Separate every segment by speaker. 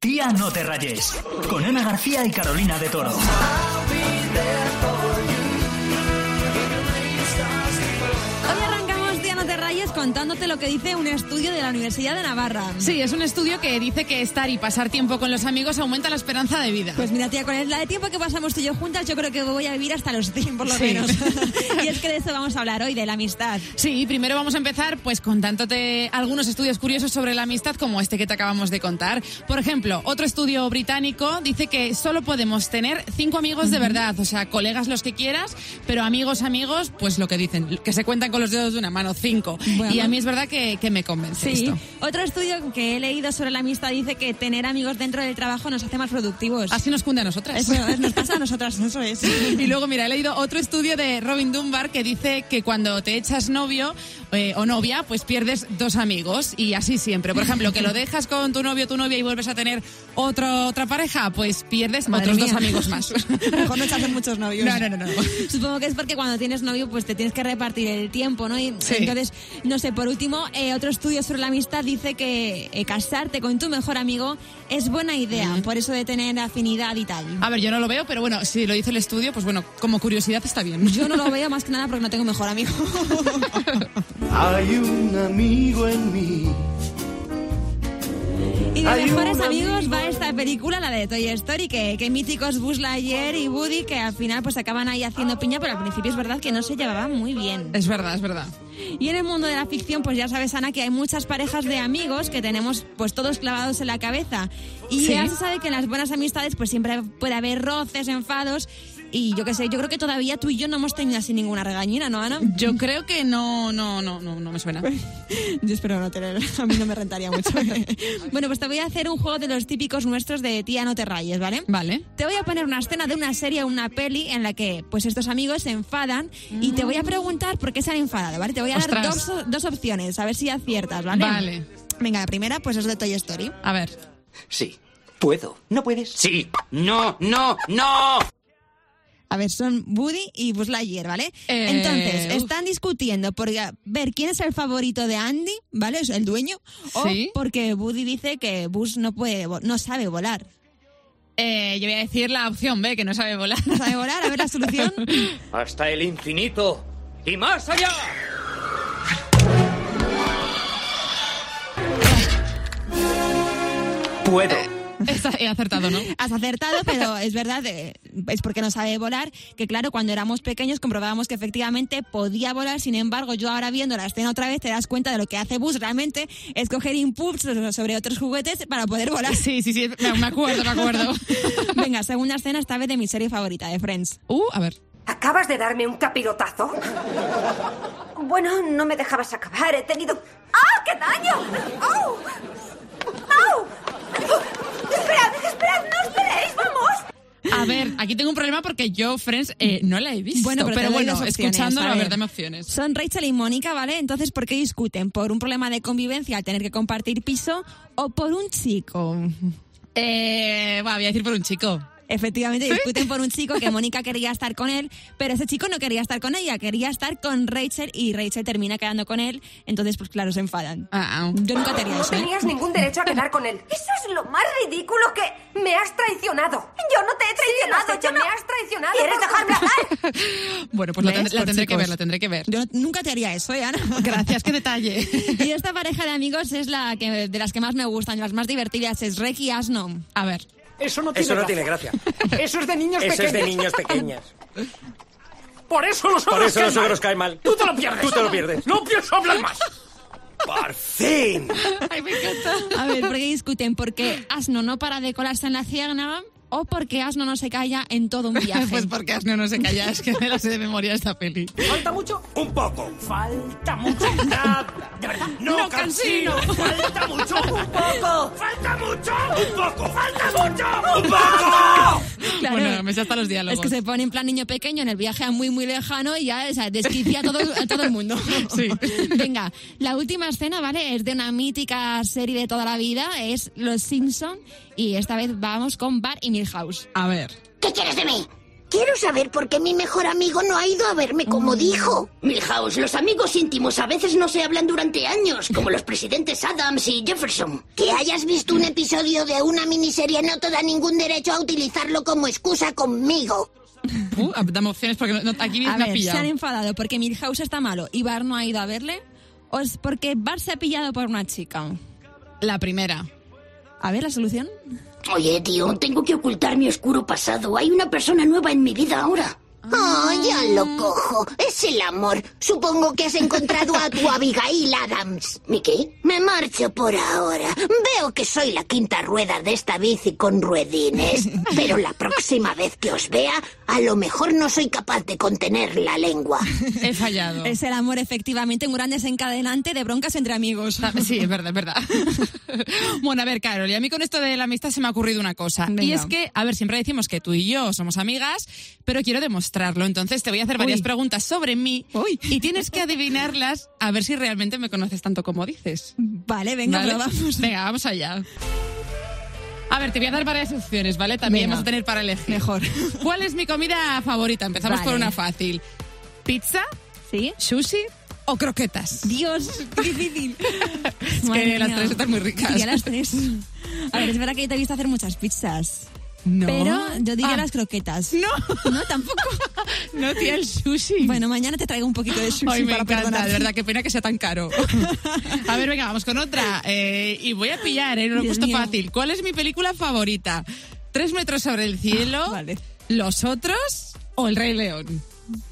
Speaker 1: día no te rayes. Con Ana García y Carolina de Toro.
Speaker 2: Hoy arrancamos Día No Te Rayes contándote lo que dice un estudio de la Universidad de Navarra.
Speaker 3: Sí, es un estudio que dice que estar y pasar tiempo con los amigos aumenta la esperanza de vida.
Speaker 2: Pues mira, tía, con el- la de tiempo que pasamos tú y yo juntas, yo creo que voy a vivir hasta los 100 por lo
Speaker 3: Sí.
Speaker 2: menos. y es que de eso vamos a hablar hoy, de la amistad.
Speaker 3: Sí, primero vamos a empezar pues contándote algunos estudios curiosos sobre la amistad como este que te acabamos de contar. Por ejemplo, otro estudio británico dice que solo podemos tener cinco amigos de verdad, o sea, colegas los que quieras, pero amigos, amigos, pues lo que dicen, que se cuentan con los dedos de una mano, cinco.
Speaker 2: Bueno.
Speaker 3: Y a mí es verdad que, que me convence esto.
Speaker 2: Otro estudio que he leído sobre la amistad dice que tener amigos dentro del trabajo nos hace más productivos.
Speaker 3: Así nos cunde a nosotras.
Speaker 2: Eso es, nos pasa a nosotras, eso es.
Speaker 3: Y luego, mira, he leído otro estudio de Robin Dunbar que dice que cuando te echas novio eh, o novia, pues pierdes dos amigos y así siempre. Por ejemplo, que lo dejas con tu novio o tu novia y vuelves a tener otro, otra pareja, pues pierdes
Speaker 2: Madre
Speaker 3: otros dos
Speaker 2: mía.
Speaker 3: amigos más.
Speaker 2: Mejor no echarse muchos novios.
Speaker 3: No, no, no, no.
Speaker 2: Supongo que es porque cuando tienes novio, pues te tienes que repartir el tiempo, ¿no? Y
Speaker 3: Sí.
Speaker 2: entonces, no sé, por último, eh, otro estudio sobre la amistad dice que eh, casarte con tu mejor amigo es buena idea, por eso de tener afinidad y tal.
Speaker 3: A ver, yo no lo veo, pero bueno, si lo dice el estudio, pues bueno, como curiosidad está bien.
Speaker 2: Yo no lo veo más que nada porque no tengo mejor amigo.
Speaker 4: Hay un amigo en mí.
Speaker 2: Y de
Speaker 4: Hay
Speaker 2: mejores
Speaker 4: un
Speaker 2: amigos
Speaker 4: amigo.
Speaker 2: va esta película, la de Toy Story, que, que míticos Buzz Lightyear y Woody, que al final pues acaban ahí haciendo piña, pero al principio es verdad que no se llevaban muy bien.
Speaker 3: Es verdad, es verdad.
Speaker 2: Y en el mundo de la ficción, pues ya sabes, Ana, que hay muchas parejas de amigos que tenemos pues todos clavados en la cabeza. Y
Speaker 3: Sí.
Speaker 2: ya se sabe que en las buenas amistades pues siempre puede haber roces, enfados. Y yo qué sé, yo creo que todavía tú y yo no hemos tenido así ninguna regañina, ¿no, Ana?
Speaker 3: Yo creo que no, no, no, no, no me suena.
Speaker 2: Yo espero no tener, a mí no me rentaría mucho. bueno, pues te voy a hacer un juego de los típicos nuestros de tía no te rayes, ¿vale?
Speaker 3: Vale.
Speaker 2: Te voy a poner una escena de una serie o una peli en la que pues estos amigos se enfadan y te voy a preguntar por qué se han enfadado, ¿vale? Te voy a dar
Speaker 3: Ostras.
Speaker 2: dos, dos opciones, a ver si aciertas, ¿vale?
Speaker 3: Vale.
Speaker 2: Venga, la primera pues es de Toy Story.
Speaker 3: A ver.
Speaker 5: Sí. Puedo. ¿No puedes? Sí. No, no, no.
Speaker 2: A ver, son Woody y Buzz Lightyear, ¿vale?
Speaker 3: Eh,
Speaker 2: Entonces,
Speaker 3: uf.
Speaker 2: están discutiendo por ver quién es el favorito de Andy, ¿vale? Es el dueño. O
Speaker 3: Sí.
Speaker 2: porque Woody dice que Buzz no, puede, vo- no sabe volar.
Speaker 3: Eh, yo voy a decir la opción B, que no sabe volar.
Speaker 2: No sabe volar, a ver la solución.
Speaker 5: Hasta el infinito. Y más allá. Puedo.
Speaker 3: Esta- he acertado, ¿no?
Speaker 2: Has acertado, pero es verdad, eh, es porque no sabe volar, que claro, cuando éramos pequeños comprobábamos que efectivamente podía volar, sin embargo, yo ahora viendo la escena otra vez te das cuenta de lo que hace Buzz realmente es coger impulsos sobre otros juguetes para poder volar.
Speaker 3: Sí, sí, sí, me me acuerdo, me acuerdo.
Speaker 2: Venga, segunda escena, esta vez de mi serie favorita, de Friends.
Speaker 3: Uh, a ver.
Speaker 6: ¿Acabas de darme un capirotazo? Bueno, no me dejabas acabar. He tenido... ¡Ah, qué daño! ¡Au! ¡Au! ¡Esperad, esperad! ¡No os peleéis, vamos!
Speaker 3: A ver, aquí tengo un problema porque yo Friends eh, no la he visto.
Speaker 2: Bueno, pero, te doy
Speaker 3: bueno,
Speaker 2: dos opciones,
Speaker 3: escuchando
Speaker 2: a
Speaker 3: la
Speaker 2: ver.
Speaker 3: verdad me opciones.
Speaker 2: Son Rachel y Mónica, ¿vale? Entonces, ¿por qué discuten? ¿Por un problema de convivencia al tener que compartir piso o por un chico?
Speaker 3: Eh, va, voy a decir por un chico.
Speaker 2: Efectivamente, discuten por un chico que Mónica quería estar con él, pero ese chico no quería estar con ella, quería estar con Rachel y Rachel termina quedando con él, entonces pues claro, se enfadan.
Speaker 3: Ah, ah.
Speaker 2: Yo nunca te haría
Speaker 6: No
Speaker 2: eso. ¿eh?
Speaker 6: tenías ningún derecho a quedar con él. Eso es lo más ridículo que... ¡Me has traicionado! ¡Yo no te he traicionado! yo no... ¡Me has traicionado! ¿Quieres dejarme hablar?
Speaker 3: Bueno, pues la,
Speaker 2: ¿Ves?
Speaker 3: tend- la
Speaker 2: Por
Speaker 3: tendré que
Speaker 2: chicos.
Speaker 3: ver, la tendré que ver.
Speaker 2: Yo no- nunca te haría eso, ¿eh, Ana?
Speaker 3: Gracias, qué detalle.
Speaker 2: Y esta pareja de amigos es la que de las que más me gustan, las más divertidas, es Rek y Asno.
Speaker 3: A ver.
Speaker 7: Eso no tiene
Speaker 8: Eso no
Speaker 7: gracia.
Speaker 8: tiene gracia.
Speaker 7: Eso es de niños
Speaker 8: Eso es
Speaker 7: pequeños.
Speaker 8: de niños pequeños.
Speaker 7: Por eso los
Speaker 8: Por
Speaker 7: ogros
Speaker 8: eso los
Speaker 7: caen
Speaker 8: ogros caen mal.
Speaker 7: Tú te lo pierdes.
Speaker 8: Tú te lo pierdes.
Speaker 7: No pienso hablar más.
Speaker 8: ¡Por fin!
Speaker 3: Ay, me encanta.
Speaker 2: A ver, ¿por qué discuten? ¿Porque Asno no para de colarse en la ciénaga o porque Asno no se calla en todo un viaje?
Speaker 3: Pues porque Asno no se calla, es que me la sé de memoria esta peli.
Speaker 7: ¿Falta mucho?
Speaker 8: Un poco.
Speaker 7: Falta mucho. Nada. De verdad. No,
Speaker 3: No,
Speaker 7: cansino.
Speaker 3: cansino.
Speaker 7: Falta mucho. Un poco. Falta mucho. Un poco. Falta mucho. Un
Speaker 8: ¡Poco!
Speaker 2: Claro.
Speaker 3: Bueno, me sé hasta los diálogos.
Speaker 2: Es que se pone en plan niño pequeño en el viaje a muy, muy lejano y ya o sea, desquicia a todo, a todo el mundo.
Speaker 3: Sí.
Speaker 2: Venga, la última escena, ¿vale? Es de una mítica serie de toda la vida, es Los Simpson y esta vez vamos con Bart y Milhouse.
Speaker 3: A ver.
Speaker 9: ¿Qué quieres de mí? Quiero saber por qué mi mejor amigo no ha ido a verme como dijo. Milhouse, los amigos íntimos a veces no se hablan durante años, como los presidentes Adams y Jefferson.
Speaker 10: Que hayas visto un episodio de una miniserie no te da ningún derecho a utilizarlo como excusa conmigo.
Speaker 3: Uh, dame opciones porque no- no- aquí
Speaker 2: A
Speaker 3: me ha
Speaker 2: ver, ¿se
Speaker 3: pillado.
Speaker 2: han enfadado porque Milhouse está malo y Bar no ha ido a verle? ¿O es porque Bar se ha pillado por una chica?
Speaker 3: La primera.
Speaker 2: A ver, ¿la solución?
Speaker 9: Oye, tío, tengo que ocultar mi oscuro pasado. Hay una persona nueva en mi vida ahora.
Speaker 10: Ah, ya lo cojo. Es el amor. Supongo que has encontrado a tu Abigail Adams.
Speaker 9: ¿Mi qué?
Speaker 10: Me marcho por ahora. Veo que soy la quinta rueda de esta bici con ruedines. Pero la próxima vez que os vea, a lo mejor no soy capaz de contener la lengua.
Speaker 3: He fallado.
Speaker 2: Es el amor, efectivamente, un gran desencadenante de broncas entre amigos.
Speaker 3: Ah, Sí, es verdad, es verdad. bueno, a ver, Carol, y a mí con esto de la amistad se me ha ocurrido una cosa. Y
Speaker 2: Venga.
Speaker 3: es que, a ver, siempre decimos que tú y yo somos amigas, pero quiero demostrarlo. Entonces te voy a hacer varias
Speaker 2: Uy.
Speaker 3: preguntas sobre mí
Speaker 2: Uy.
Speaker 3: y tienes que adivinarlas a ver si realmente me conoces tanto como dices.
Speaker 2: Vale, venga,
Speaker 3: ¿Vale?
Speaker 2: probamos.
Speaker 3: Venga, vamos allá. A ver, te voy a dar varias opciones, ¿vale? También
Speaker 2: Venga.
Speaker 3: vas a tener para elegir.
Speaker 2: Mejor.
Speaker 3: ¿Cuál es mi comida favorita? Empezamos por
Speaker 2: Vale.
Speaker 3: una fácil. ¿Pizza,
Speaker 2: ¿Sí?
Speaker 3: sushi o croquetas?
Speaker 2: Dios, qué difícil.
Speaker 3: Es que
Speaker 2: Madre
Speaker 3: las
Speaker 2: mía.
Speaker 3: tres están muy ricas.
Speaker 2: Diría las tres. A ver, es verdad que yo te he visto hacer muchas pizzas.
Speaker 3: No.
Speaker 2: Pero yo diría
Speaker 3: Ah,
Speaker 2: las croquetas.
Speaker 3: No.
Speaker 2: No, tampoco.
Speaker 3: No tiene el sushi.
Speaker 2: Bueno, mañana te traigo un poquito de sushi
Speaker 3: Ay, me
Speaker 2: para
Speaker 3: encanta,
Speaker 2: perdonar.
Speaker 3: de verdad, qué pena que sea tan caro. A ver, venga, vamos con otra. Eh, y voy a pillar, eh, lo he
Speaker 2: Dios
Speaker 3: puesto
Speaker 2: mío.
Speaker 3: fácil. ¿Cuál es mi película favorita? ¿Tres metros sobre el cielo?
Speaker 2: Ah, vale.
Speaker 3: ¿Los otros? ¿O El Rey León?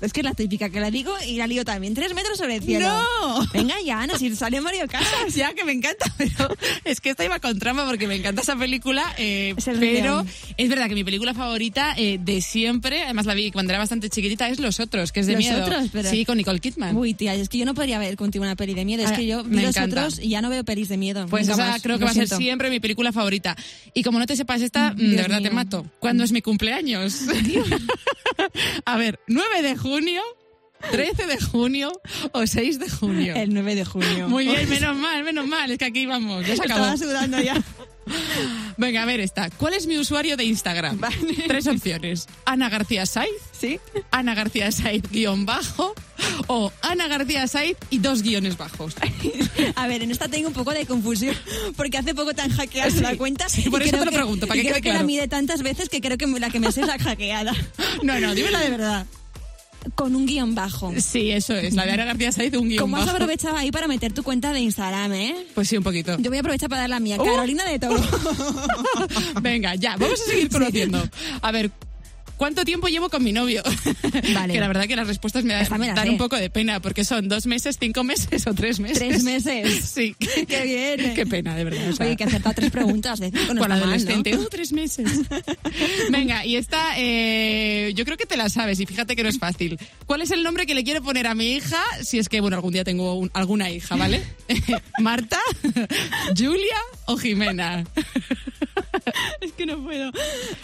Speaker 2: Es que es la típica que la digo y la lío también. Tres metros sobre el cielo.
Speaker 3: ¡No!
Speaker 2: Venga ya, Ana, si sale Mario Casas.
Speaker 3: Ya, que me encanta, pero es que esta iba con trampa porque me encanta esa película. eh,
Speaker 2: Es el Rey
Speaker 3: pero
Speaker 2: León.
Speaker 3: es verdad que mi película favorita eh, de siempre, además la vi cuando era bastante chiquitita, es Los Otros, que es de
Speaker 2: Los
Speaker 3: miedo.
Speaker 2: Otros, pero-
Speaker 3: Sí, con Nicole Kidman.
Speaker 2: Uy, tía, es que yo no podría ver contigo una peli de miedo. Es
Speaker 3: Ah,
Speaker 2: que yo vi
Speaker 3: me
Speaker 2: los
Speaker 3: encanta.
Speaker 2: otros y ya no veo pelis de miedo.
Speaker 3: Pues
Speaker 2: nunca
Speaker 3: esa
Speaker 2: más,
Speaker 3: creo que
Speaker 2: lo
Speaker 3: va a ser
Speaker 2: siento.
Speaker 3: siempre mi película favorita. Y como no te sepas esta, mm, de
Speaker 2: Dios
Speaker 3: verdad te
Speaker 2: mío.
Speaker 3: mato. ¿Cuándo es mi cumpleaños? a ver, 9 de junio, 13 de junio o 6 de junio.
Speaker 2: El 9 de junio.
Speaker 3: Muy bien, menos mal, menos mal. Es que aquí vamos, ya se acabó.
Speaker 2: Estaba sudando ya.
Speaker 3: Venga, a ver esta. ¿Cuál es mi usuario de Instagram?
Speaker 2: Vale.
Speaker 3: Tres opciones. Ana García Saiz,
Speaker 2: ¿Sí?
Speaker 3: Ana García Saiz guión bajo o Ana García Saiz y dos guiones bajos.
Speaker 2: A ver, en esta tengo un poco de confusión porque hace poco te han hackeado la cuenta.
Speaker 3: sí, por
Speaker 2: y
Speaker 3: eso
Speaker 2: creo
Speaker 3: te lo pregunto, para
Speaker 2: y
Speaker 3: que
Speaker 2: creo
Speaker 3: quede
Speaker 2: que la
Speaker 3: claro.
Speaker 2: mide tantas veces que creo que la que me sé es la hackeada.
Speaker 3: No, no, dímela de verdad.
Speaker 2: Con un guión bajo.
Speaker 3: Sí, eso es. La de Ana García Saiz un guión
Speaker 2: ¿Cómo has
Speaker 3: bajo.
Speaker 2: aprovechado ahí para meter tu cuenta de Instagram, eh?
Speaker 3: Pues sí, un poquito.
Speaker 2: Yo voy a aprovechar para dar la
Speaker 3: Oh.
Speaker 2: mía. Carolina de Toro.
Speaker 3: Venga, ya, vamos a seguir conociendo. A ver, ¿cuánto tiempo llevo con mi novio?
Speaker 2: Vale.
Speaker 3: Que la verdad que las respuestas me, da-
Speaker 2: Esta me la
Speaker 3: dan
Speaker 2: sé.
Speaker 3: un poco de pena, porque son dos meses, cinco meses o tres meses.
Speaker 2: Tres meses.
Speaker 3: Sí.
Speaker 2: Qué bien. ¿eh?
Speaker 3: Qué pena, de verdad. o sea.
Speaker 2: Oye, que acertado tres preguntas. De cinco, no
Speaker 3: Con
Speaker 2: está mal, ¿no?
Speaker 3: adolescente, Uh, tres meses. Venga, y esta, eh, yo creo que te la sabes y fíjate que no es fácil. ¿Cuál es el nombre que le quiero poner a mi hija? Si es que, bueno, algún día tengo un- alguna hija, ¿vale? ¿Marta? ¿Julia o Jimena?
Speaker 2: Es que no puedo.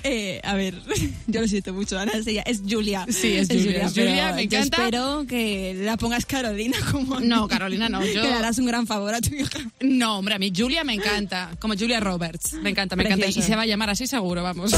Speaker 2: Eh, a ver, yo lo siento mucho, Ana. sí, Es Julia.
Speaker 3: Sí, es Julia, es
Speaker 2: pero
Speaker 3: Julia, me
Speaker 2: yo
Speaker 3: encanta.
Speaker 2: espero que la pongas Carolina como.
Speaker 3: No, Carolina, no, yo-
Speaker 2: Que le harás un gran favor a tu hija.
Speaker 3: No, hombre, a mí Julia me encanta. Como Julia Roberts. Me encanta, me encanta. Y
Speaker 2: Preciosa.
Speaker 3: se va a llamar así seguro, vamos.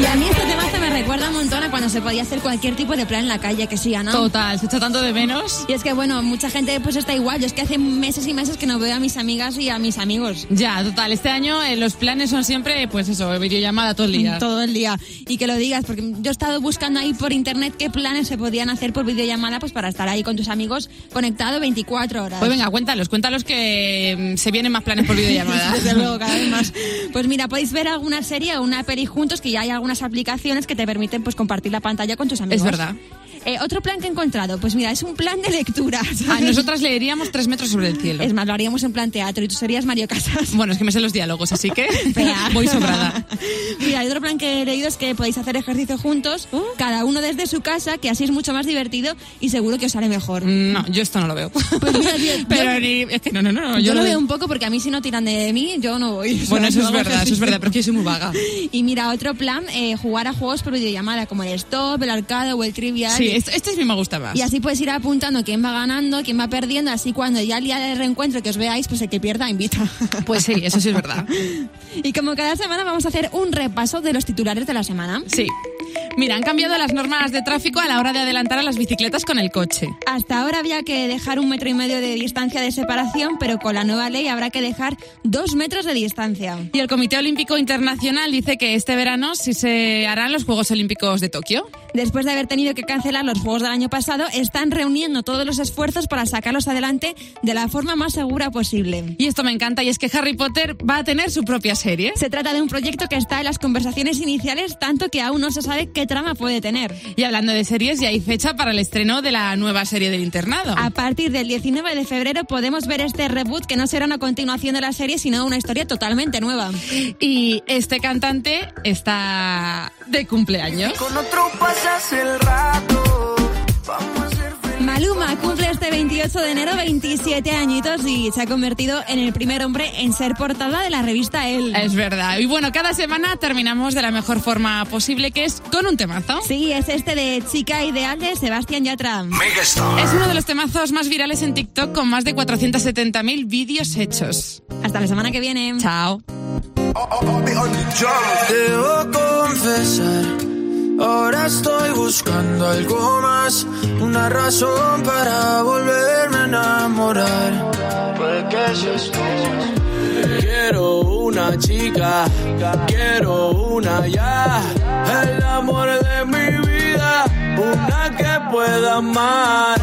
Speaker 2: Y a mí este tema hasta me recuerda un montón a cuando se podía hacer cualquier tipo de plan en la calle, que sí, Ana.
Speaker 3: Total, se echa tanto de menos.
Speaker 2: Y es que, bueno, mucha gente pues está igual. Yo es que hace meses y meses que no veo a mis amigas y a mis amigos.
Speaker 3: Ya, total. Este año eh, los planes son siempre, pues eso, videollamada todo el día.
Speaker 2: Todo el día. Y que lo digas, porque yo he estado buscando ahí por internet qué planes se podían hacer por videollamada pues para estar ahí con tus amigos conectado 24 horas.
Speaker 3: Pues venga, cuéntalos, cuéntalos que mm, se vienen más planes por videollamada.
Speaker 2: Desde luego, cada vez más. Pues mira, podéis ver alguna serie o una peli juntos, que ya hay algunas aplicaciones que te permiten pues compartir la pantalla con tus amigos.
Speaker 3: Es verdad.
Speaker 2: Eh, otro plan que he encontrado, pues mira, es un plan de lectura.
Speaker 3: A
Speaker 2: ¿sabes?
Speaker 3: nosotras leeríamos tres metros sobre el cielo.
Speaker 2: Es más, lo haríamos en plan teatro y tú serías Mario Casas.
Speaker 3: Bueno, es que me sé los diálogos, así que
Speaker 2: Fea.
Speaker 3: voy sobrada.
Speaker 2: Mira, hay otro plan que he leído es que podéis hacer ejercicio juntos,
Speaker 3: Uh.
Speaker 2: cada uno desde su casa, que así es mucho más divertido y seguro que os sale mejor.
Speaker 3: No, yo esto no lo veo.
Speaker 2: mira, Pues yo-
Speaker 3: Pero
Speaker 2: yo-
Speaker 3: ni- es que no, no, no, no,
Speaker 2: Yo, lo veo
Speaker 3: veo.
Speaker 2: un poco porque a mí si no tiran de mí, yo no voy. O sea,
Speaker 3: Bueno, eso
Speaker 2: no
Speaker 3: es
Speaker 2: hago
Speaker 3: verdad, eso es
Speaker 2: ejercicio.
Speaker 3: verdad, pero es que yo soy muy vaga.
Speaker 2: Y mira, otro plan, eh, jugar a juegos por videollamada, como el Stop, el Arcade o el Trivial.
Speaker 3: Sí, este, este sí me gustaba.
Speaker 2: Y así puedes ir apuntando quién va ganando, quién va perdiendo, así cuando ya el día del reencuentro que os veáis, pues el que pierda invita.
Speaker 3: Pues sí, eso sí es verdad.
Speaker 2: Y como cada semana vamos a hacer un repaso de los titulares de la semana.
Speaker 3: Sí. Mira, han cambiado las normas de tráfico a la hora de adelantar a las bicicletas con el coche.
Speaker 2: Hasta ahora había que dejar un metro y medio de distancia de separación, pero con la nueva ley habrá que dejar dos metros de distancia.
Speaker 3: Y el Comité Olímpico Internacional dice que este verano sí se harán los Juegos Olímpicos de Tokio.
Speaker 2: Después de haber tenido que cancelar los Juegos del año pasado, están reuniendo todos los esfuerzos para sacarlos adelante de la forma más segura posible.
Speaker 3: Y esto me encanta, y es que Harry Potter va a tener su propia serie.
Speaker 2: Se trata de un proyecto que está en las conversaciones iniciales, tanto que aún no se sabe qué trama puede tener.
Speaker 3: Y hablando de series, ya hay fecha para el estreno de la nueva serie del internado.
Speaker 2: A partir del 19 de febrero podemos ver este reboot que no será una continuación de la serie, sino una historia totalmente nueva.
Speaker 3: Y este cantante está de cumpleaños.
Speaker 7: Con otro pasas el rato. Vamos a ser
Speaker 2: Maluma cumple este 28 de enero 27 añitos y se ha convertido en el primer hombre en ser portada de la revista Elle.
Speaker 3: Es verdad. Y bueno, cada semana terminamos de la mejor forma posible, que es con un temazo.
Speaker 2: Sí, es este de Chica Ideal de Sebastián Yatra.
Speaker 3: Es uno de los temazos más virales en TikTok con más de 470.000 vídeos hechos.
Speaker 2: Hasta la semana que viene.
Speaker 3: Chao.
Speaker 7: Debo confesar, ahora estoy buscando algo más, una razón para volverme a enamorar. Porque si estoy- Quiero una chica, quiero una ya, el amor de mi vida, una que pueda amar.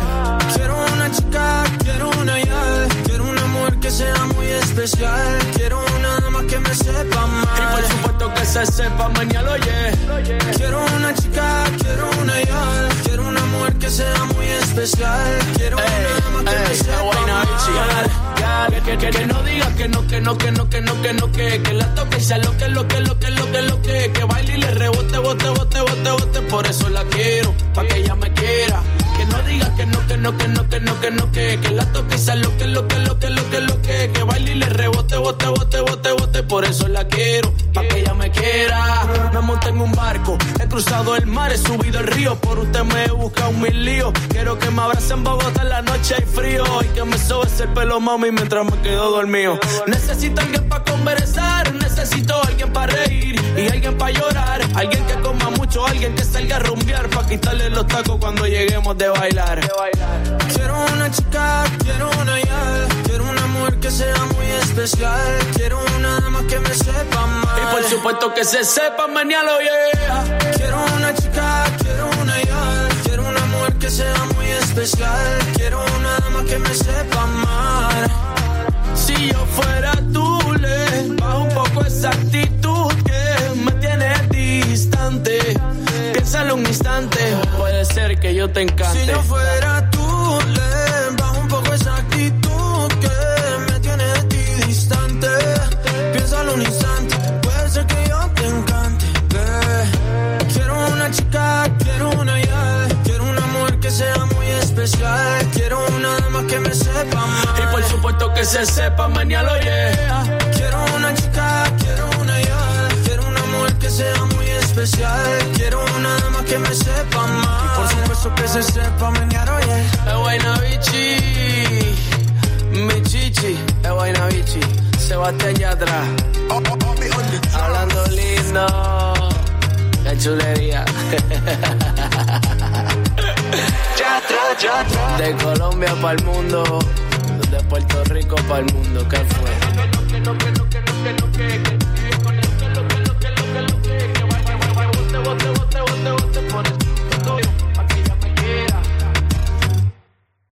Speaker 7: Quiero una chica, quiero una ya, quiero una mujer que sea muy especial, quiero una dama que me sepa amar. Y por supuesto que se sepa mañana, oye. Quiero una chica, quiero una ya, quiero una mujer que sea muy especial, quiero una dama que me sepa amar. Que, que, que, que no digas que no, que no, que no, que no, que no, que, que la toque y sea lo que, lo que, lo que, lo que, lo que, que baile y le rebote, bote, bote, bote, bote, por eso la quiero, pa' que ella me quiera. Que no digas que no, que no, que no, que no, que no, que, que la toque y sea lo que, lo que, lo que, lo que, lo que, que baile y le rebote, bote, bote, bote, bote, por eso la quiero, pa' que ella me quiera. Me monté en un barco, he cruzado el mar, he subido el río, por usted me he buscado mil líos. Quiero que me abracen en Bogotá en la noche hay frío y que me sobes el pelo, mami, mientras me quedo dormido. Necesito alguien para conversar, necesito alguien para reír y alguien para llorar. Alguien que coma mucho, alguien que salga a rumbear para quitarle los tacos cuando lleguemos de bailar. Quiero una chica, quiero una ya, quiero una mujer que sea muy especial. Quiero una dama que me sepa amar. Y por supuesto que se sepa mañana, yeah. Quiero una chica, quiero una ya, quiero una mujer que sea muy especial. Quiero una dama que me sepa amar. Si yo fuera tú, le bajo un poco esa actitud que me tiene distante. Piénsalo un instante, puede ser que yo te encante. Si yo fuera tú, le bajo un poco esa actitud que me tiene de ti distante. Piénsalo un instante, puede ser que yo te encante. ve. Quiero una chica, quiero una ya, quiero una mujer que sea muy especial. Quiero una dama que me sepa amar. Y por supuesto que se sepa, mañana lo yeah. Quiero una chica, quiero una ya, quiero una mujer que sea muy especial. Quiero una dama que me sepa amar. Y por supuesto que se sepa, mañana oye. Es buena bichi, mi chichi, es buena bichi. Sebastián Yatra, hablando lindo. La chulería. De Colombia para el mundo, de Puerto Rico para el mundo, ¿qué fue?